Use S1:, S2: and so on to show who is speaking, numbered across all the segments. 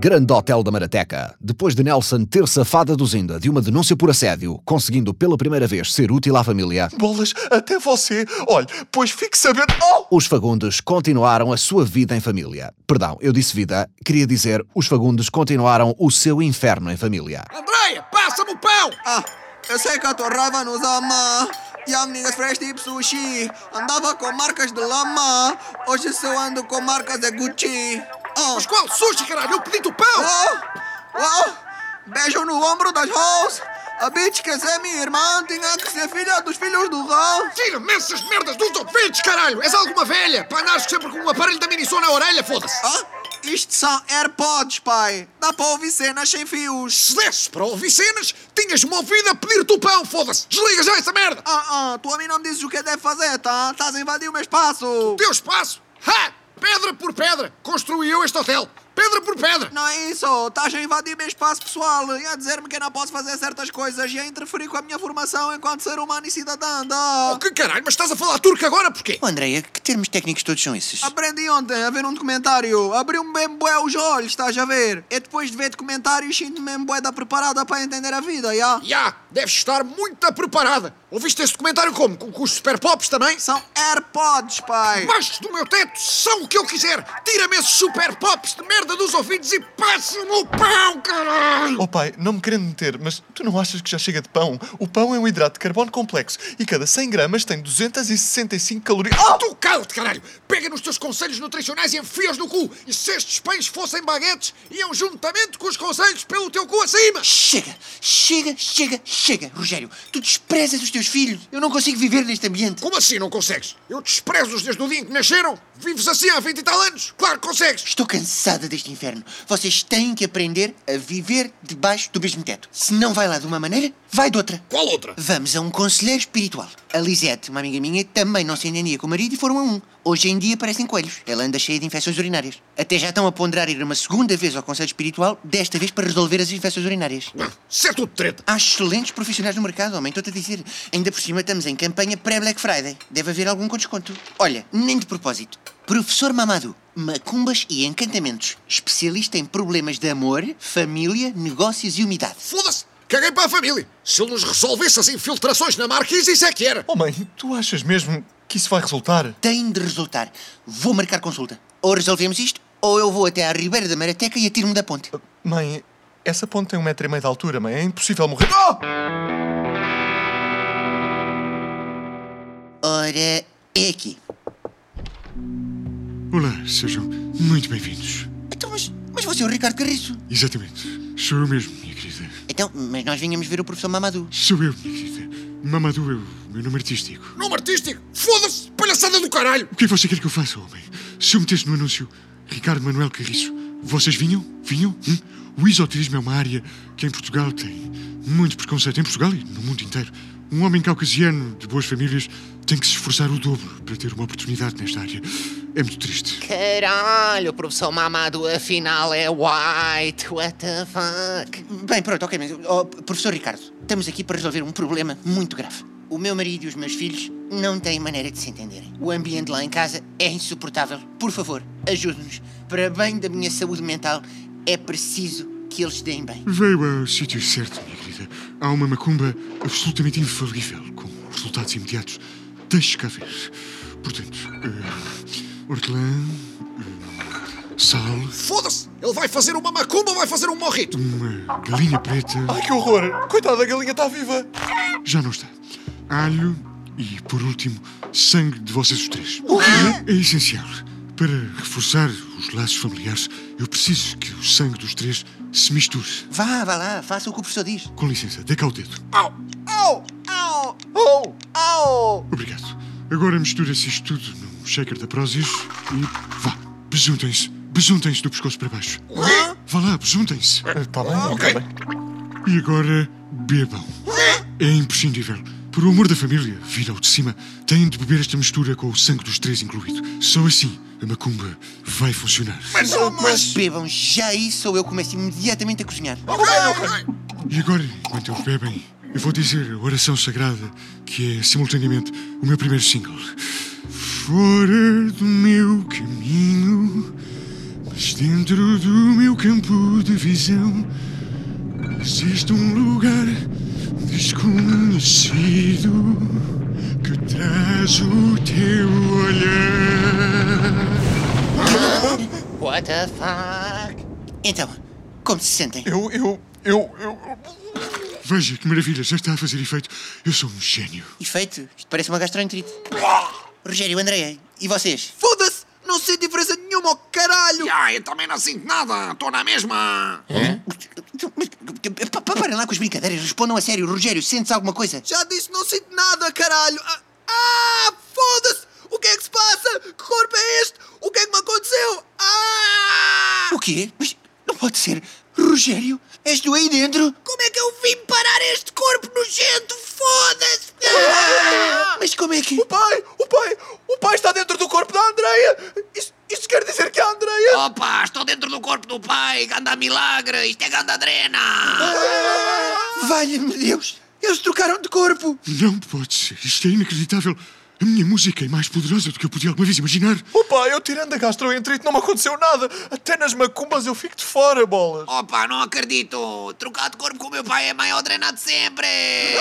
S1: grande hotel da Marateca, depois de Nelson ter safada do Zinda de uma denúncia por assédio, conseguindo pela primeira vez ser útil à família,
S2: Bolas, até você. Olha, pois fique sabendo. Oh!
S1: os Fagundes continuaram a sua vida em família. Perdão, eu disse vida, queria dizer os Fagundes continuaram o seu inferno em família.
S3: Andreia, passa-me o pão!
S4: Ah, eu sei que a tua raiva nos ama. E há meninas fresh tipo sushi. Andava com marcas de lama. Hoje só ando com marcas de Gucci. Ah,
S3: Mas qual sushi, caralho? Eu pedi-te o pão!
S4: oh, oh, beijo no ombro das hoes. A bitch que ser minha irmã tinha que ser filha dos filhos do rão.
S3: Tira-me essas merdas dos ouvidos, caralho! És alguma velha! Pá, nasces sempre com um aparelho da Miniso na orelha, foda-se!
S4: Ah, isto são AirPods, pai. Dá para ouvir cenas sem fios.
S3: Se desses para ouvir cenas, tinhas-me ouvido a pedir-te o pão, foda-se! Desliga já essa merda!
S4: Ah, ah, tu a mim não me dizes o que eu devo fazer, tá? Estás a invadir o meu espaço.
S3: Teu espaço! Ha! Pedra por pedra! Construí eu este hotel! Pedra por pedra!
S4: Não é isso, estás a invadir meu espaço pessoal e a dizer-me que eu não posso fazer certas coisas e a interferir com a minha formação enquanto ser humano e cidadã.
S3: Oh,
S4: Dá.
S3: que caralho, mas estás a falar turco agora porquê?
S5: Oh, Andreia, que termos técnicos todos são esses?
S4: Aprendi ontem a ver um documentário, abriu-me bem bué os olhos, estás a ver? E depois de ver documentários sinto-me bem bué da preparada para entender a vida, já?
S3: Já, deves estar muito preparada. Ouviste esse documentário como? Com, com os super pops também?
S4: São AirPods, pai.
S3: Baixo do meu teto são o que eu quiser. Tira-me esses super pops de merda dos ouvidos e passa-me o pão, caralho!
S2: Oh pai, não me querendo meter, mas tu não achas que já chega de pão? O pão é um hidrato de carbono complexo e cada 100 gramas tem 265 calorias. Ah!
S3: Oh, tu cala-te, caralho! Pega nos teus conselhos nutricionais e enfia-os no cu. E se estes pães fossem baguetes, iam juntamente com os conselhos pelo teu cu acima.
S5: Chega, chega, chega, chega, Rogério. Tu desprezas os teus filhos. Eu não consigo viver neste ambiente.
S3: Como assim não consegues? Eu desprezo-os desde o dia em que nasceram. Vives assim há 20 e tal anos. Claro que consegues.
S5: Estou cansada deste inferno. Vocês têm que aprender a viver debaixo do mesmo teto. Se não vai lá de uma maneira, vai de outra.
S3: Qual outra?
S5: Vamos a um conselheiro espiritual. A Lisette, uma amiga minha, também não se entendia com o marido e foram a um. Hoje em dia parecem coelhos. Ela anda cheia de infecções urinárias. Até já estão a ponderar ir uma segunda vez ao conselho espiritual, desta vez para resolver as infecções urinárias.
S3: Isso é tudo treta.
S5: Há excelentes profissionais no mercado, homem, estou-te a dizer. Ainda por cima estamos em campanha pré-Black Friday. Deve haver algum com desconto. Olha, nem de propósito. Professor Mamadou, macumbas e encantamentos. Especialista em problemas de amor, família, negócios e umidade.
S3: Foda-se. Caguei para a família. Se ele nos resolvesse as infiltrações na marquise, isso é que era.
S2: Oh mãe, tu achas mesmo que isso vai resultar? Ah,
S5: Tem de resultar. Vou marcar consulta. Ou resolvemos isto, ou eu vou até à Ribeira da Marateca e atiro-me da ponte.
S2: Mãe, essa ponte tem um metro e meio de altura, mãe. É impossível morrer. Oh!
S5: Ora, é aqui.
S6: Olá, sejam muito bem-vindos.
S5: Então, mas, mas você é o Ricardo Carriço.
S6: Exatamente. Sou eu mesmo, minha querida.
S5: Então, mas nós vinhamos ver o professor Mamadou.
S6: Sou eu, minha querida. Mamadou é o meu nome artístico.
S3: Nome artístico? Foda-se! Palhaçada do caralho!
S6: O que é que você quer que eu faça, homem? Se eu metesse no anúncio Ricardo Manuel Carriço, vocês vinham? Vinham? Hum? O esoterismo é uma área que em Portugal tem muito preconceito. Em Portugal e no mundo inteiro. Um homem caucasiano de boas famílias tem que se esforçar o dobro para ter uma oportunidade nesta área. É muito triste.
S7: Caralho, o professor Mamado afinal é white, what the fuck?
S5: Bem, pronto, ok, mas. ó, professor Ricardo, estamos aqui para resolver um problema muito grave. O meu marido e os meus filhos não têm maneira de se entenderem. O ambiente lá em casa é insuportável. Por favor, ajude-nos. Para bem da minha saúde mental, é preciso que eles deem bem.
S6: Veio ao sítio certo, minha querida. Há uma macumba absolutamente infalível, com resultados imediatos. Deixe cá ver. Portanto, eh, hortelã, eh, sal,
S3: Foda-se! Ele vai fazer uma macumba ou vai fazer um morrito?
S6: uma galinha preta,
S2: Ai, Ah, que horror! Coitada, a galinha está viva!
S6: já não está. Alho e, por último, sangue de vocês os três. É, é essencial. Para reforçar os laços familiares, eu preciso que o sangue dos três se misture.
S5: Vá, vá lá, faça o que o professor diz.
S6: Com licença, dê cá o dedo.
S3: Au!
S4: Au, au, au, au.
S6: Obrigado. Agora mistura-se isto tudo num shaker da Prozis e vá, besuntem-se, besuntem-se do pescoço para baixo. Vá lá, besuntem-se.
S2: Está bem,
S3: Ok.
S2: ok. bem.
S6: E agora bebam. É imprescindível. Por amor da família, vira-o de cima, têm de beber esta mistura com o sangue dos três incluído. Só assim a macumba vai funcionar.
S3: Mas, mas...
S5: Bebam já isso ou eu começo imediatamente a cozinhar.
S6: E agora, enquanto eles bebem, eu vou dizer a oração sagrada que é simultaneamente o meu primeiro single. Fora do meu caminho, Mas dentro do meu campo de visão existe um lugar desconhecido que traz o teu olhar.
S5: What the fuck? Então, como se sentem?
S2: Eu, eu, eu, eu.
S6: Veja que maravilha, já está a fazer efeito. Eu sou um gênio.
S5: Efeito? Isto parece uma gastroenterite. Rogério, Andréia, e vocês?
S4: Foda-se! Não sei diferença nenhuma, oh caralho!
S3: Ah, eu também não sinto nada, estou na mesma.
S5: Pa- pa- Parem lá com as brincadeiras, respondam a sério. Rogério, sentes alguma coisa?
S4: Já disse não sinto nada, caralho! Ah, ah, foda-se! O que é que se passa? Que corpo é este? O que é que me aconteceu? Ah!
S5: O quê? Mas não pode ser. Rogério, és tu aí dentro?
S4: Como é que eu vim parar este corpo nojento? Foda-se!
S5: Mas como é que...
S2: O pai, o pai, o pai está dentro do corpo da Andreia! Isto, isto quer dizer que a Andreia.
S7: Opa, estou dentro do corpo do pai, ganda milagre, isto é ganda drena.
S5: Valha-me Deus, eles trocaram de corpo.
S6: Não pode ser, isto é inacreditável. A minha música é mais poderosa do que eu podia alguma vez imaginar.
S2: O pai, Ah, eu tirando a gastroenterite não me aconteceu nada! Até nas macumbas eu fico de fora, bolas!
S7: Opa, não acredito, trocar de corpo com o meu pai é maior drena de sempre.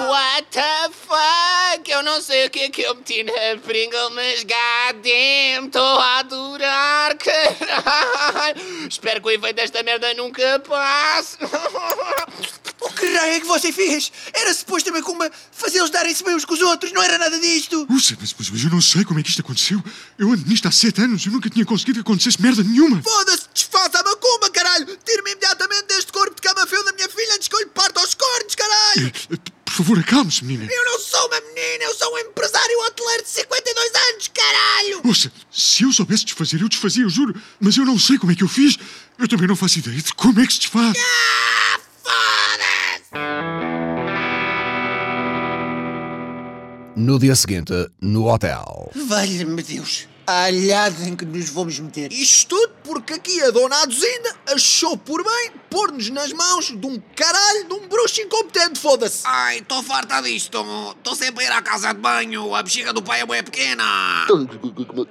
S7: What the fuck, eu não sei o que é que eu meti na Pringle, mas goddamn, estou a adorar, caralho. Espero que o efeito desta merda nunca passe.
S5: O que raio é que você fez? Era suposto também como fazê-los darem-se bem uns com os outros, não era nada disto.
S6: Usa, mas, mas, mas eu não sei como é que isto aconteceu. Eu ando nisto há sete anos, eu nunca tinha conseguido que acontecesse merda nenhuma.
S4: Foda-se! Desfaça a macumba, caralho! Tire-me imediatamente deste corpo de cama fio da minha filha antes que eu lhe parta aos cornos, caralho!
S6: Eh, eh, Por favor, acalme-se, menina.
S4: Eu não sou uma menina, eu sou um empresário hoteleiro de 52 anos, caralho!
S6: Ouça, se eu soubesse desfazer, eu desfazia, eu juro. Mas eu não sei como é que eu fiz. Eu também não faço ideia de como é que se desfaz.
S1: No dia seguinte, no hotel.
S5: Valha-me Deus, a alhada em que nos vamos meter.
S4: Isto tudo porque aqui a dona Aduzinda achou por bem pôr-nos nas mãos de um caralho de um bruxo incompetente, foda-se!
S7: Ai, estou farta disto. Estou sempre a ir à casa de banho. A bexiga do pai é bué pequena.
S8: Então,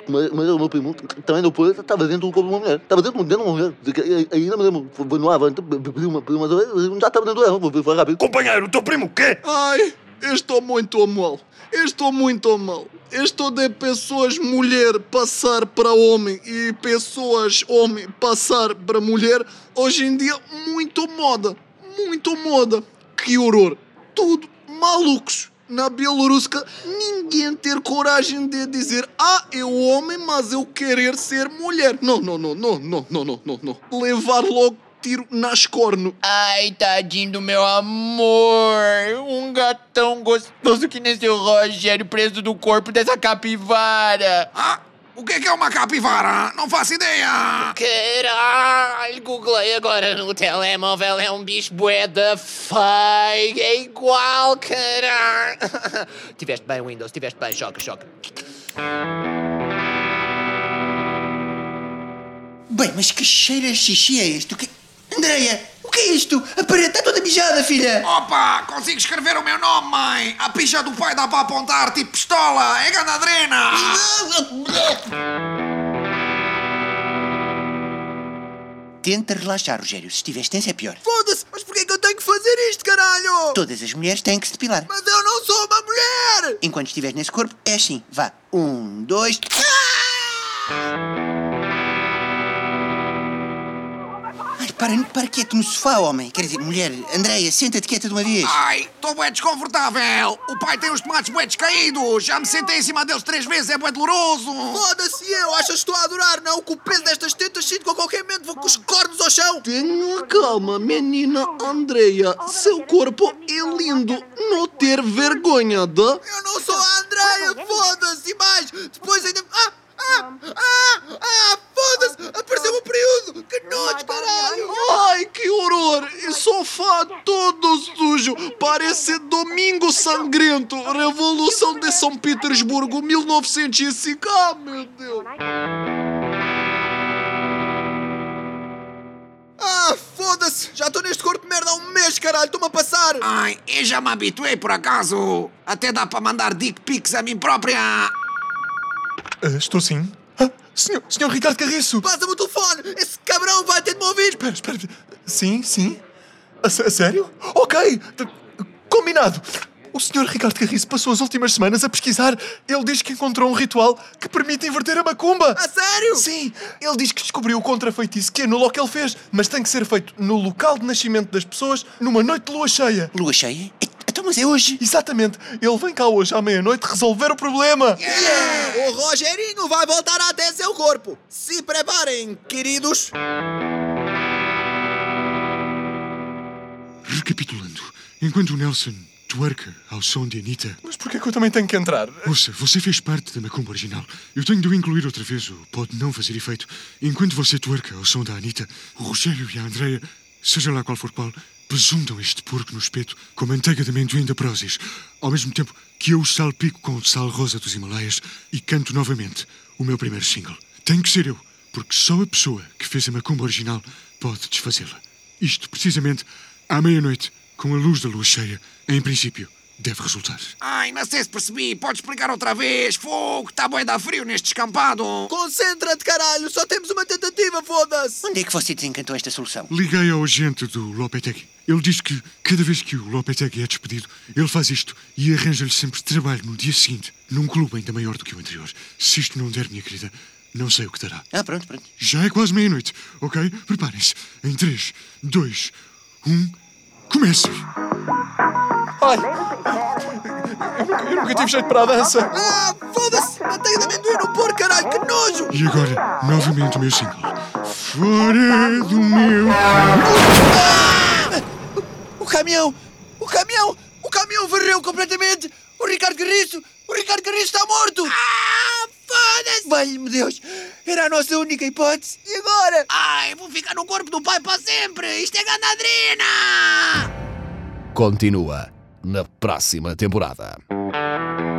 S8: Mas, mas o meu primo também não pôde, estava dentro do corpo de uma mulher. Estava dentro, dentro de uma mulher. Ainda me lembro, foi no avante, pedi uma, pedi uma já estava dentro dela, foi- foi rápido.
S2: Companheiro, o teu primo o quê?
S9: Ai, eu estou muito a mal. Eu estou muito a mal. Eu estou de pessoas mulher passar para homem e pessoas homem passar para mulher. Hoje em dia, muito moda. Muito moda. Que horror. Tudo malucos. Na Bielorrusca, ninguém ter coragem de dizer Ah, eu homem, mas eu querer ser mulher. Não, não, não, não, não, não, não, não, não. Levar logo tiro nas corno.
S7: Ai, tadinho do meu amor. Um gatão gostoso que nem seu Rogério preso do corpo dessa capivara.
S3: Ah, o que é que é uma capivara? Não faço ideia.
S7: Caralho, googlei agora no telemóvel. É um bicho bué da feio. É igual, caralho. tiveste bem, Windows. Tiveste bem. Choca, choca.
S5: Bem, mas que cheiro a xixi é este? O que... Andreia, o que é isto? A parede está toda mijada, filha.
S3: Opa, consigo escrever o meu nome, mãe. A picha do pai dá para apontar tipo pistola. É gandadrena.
S5: Tenta relaxar, Rogério. Se estiveres tenso é pior.
S4: Foda-se! Mas porquê que eu tenho que fazer isto, caralho?
S5: Todas as mulheres têm que se depilar.
S4: Mas eu não sou uma mulher!
S5: Enquanto estiveres nesse corpo, é assim. Vá. Um, dois... Ai, para, para quieto no sofá, homem. Quer dizer, mulher, Andreia, senta-te quieta de uma vez.
S3: Ai, estou bué desconfortável. O pai tem os tomates bué descaídos. Já me sentei em cima deles três vezes, é bué doloroso.
S4: Foda-se eu! Achas que estou a adorar, não? Com o peso destas tetas sinto que a qualquer momento vou com os cornos ao chão!
S9: Tenha calma, menina Andreia. Seu corpo é lindo. Não ter vergonha, da?
S4: Eu não sou a Andreia, foda-se! E mais, depois ainda... Ah! Ah! Ah! Ah! Foda-se! Apareceu um período! Que nojo, caralho!
S9: Ai, que horror! E sofá todo sujo. Parece Domingo Sangrento. Revolução de São Petersburgo, 1905. Ah, meu Deus.
S4: Ah! Foda-se! Já estou neste corpo de merda há um mês, caralho! Estou-me a passar!
S3: Ai, eu já me habituei por acaso. Até dá para mandar dick pics a mim própria.
S2: estou sim. Ah, Senhor, senhor Ricardo Carriço!
S4: Passa-me o telefone! Esse cabrão vai ter de me ouvir!
S2: Espera, espera. Sim, sim. A, sé- a sério? Ok. T- Combinado. O senhor Ricardo Carriço passou as últimas semanas a pesquisar. Ele diz que encontrou um ritual que permite inverter a macumba.
S4: A Ah, sério?
S2: Sim. Ele diz que descobriu Ah, o contrafeitiço que anula o que ele fez, mas tem que ser feito no local de nascimento das pessoas numa noite de lua cheia.
S5: Lua cheia? Então, mas é hoje.
S2: Exatamente. Ele vem cá hoje à meia-noite resolver o problema.
S4: O Rogerinho vai voltar até seu corpo! Se preparem, queridos!
S6: Recapitulando, enquanto o Nelson twerca ao som de Anitta,
S2: Mas porquê que eu também tenho que entrar?
S6: ouça, você fez parte da macumba original. Eu tenho de o incluir outra vez, ou pode não fazer efeito. Enquanto você twerca ao som da Anitta, o Rogério e a Andreia, seja lá qual for qual, besundam este porco no espeto com manteiga de amendoim da Prozis, ao mesmo tempo que eu o salpico com o sal rosa dos Himalaias e canto novamente o meu primeiro single. Tem que ser eu, porque só a pessoa que fez a macumba original pode desfazê-la. Isto precisamente à meia-noite, com a luz da lua cheia, em princípio, deve resultar.
S3: Ai, não sei se percebi. Pode explicar outra vez. Fogo, tá boi dar frio neste descampado.
S4: Concentra-te, caralho! Só temos uma tentativa, foda-se!
S5: Onde é que você desencantou esta solução?
S6: Liguei ao agente do Lopetegui. Ele diz que cada vez que o Lopetegui é despedido, ele faz isto e arranja-lhe sempre trabalho no dia seguinte, num clube ainda maior do que o anterior. Se isto não der, minha querida, não sei o que dará.
S5: Ah, pronto, pronto.
S6: Já é quase meia-noite, ok? Preparem-se. Em um, 3, 2, 1, comece!
S2: Eu nunca, eu nunca tive jeito para a dança.
S4: Ah, foda-se! Manteiga de amendoim no porco, caralho! Que nojo!
S6: E agora, novamente o meu single. Fora do meu...
S4: O caminhão! O caminhão! O caminhão varreu completamente! O Ricardo Garriço! O Ricardo Garriço está morto! Ah! Foda-se! Valha-me Deus! Era a nossa única hipótese! E agora?
S7: Ai, vou ficar no corpo do pai para sempre! Isto é gandadrina!
S1: Continua na próxima temporada.